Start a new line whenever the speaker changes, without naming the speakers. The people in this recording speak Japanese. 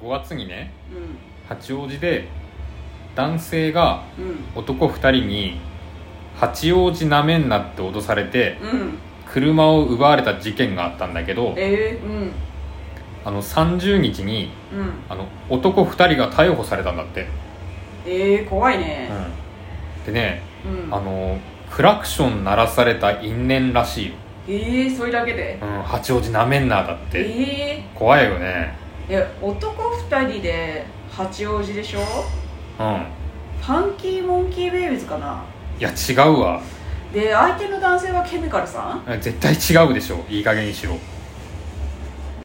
5月にね
う
八王子で男性が
んうん
男2人に八王子なめんなって脅されて
うん
車を奪われた事件があったんだけど
えー、うん
あの30日に
うん
あの男2人が逮捕されたんだって、
えー、怖いね
でね
うん、
あのクラクション鳴らされた因縁らしいよ、
えー、それだけで
うん、八王子なめんなだって
え
怖いよね
ー、え男二人で八王子でしょ
うん
ファンキーモンキーベイビーズかない
や違うわ
で相手の男性はケミカルさん
絶対違うでしょいい加減にしろ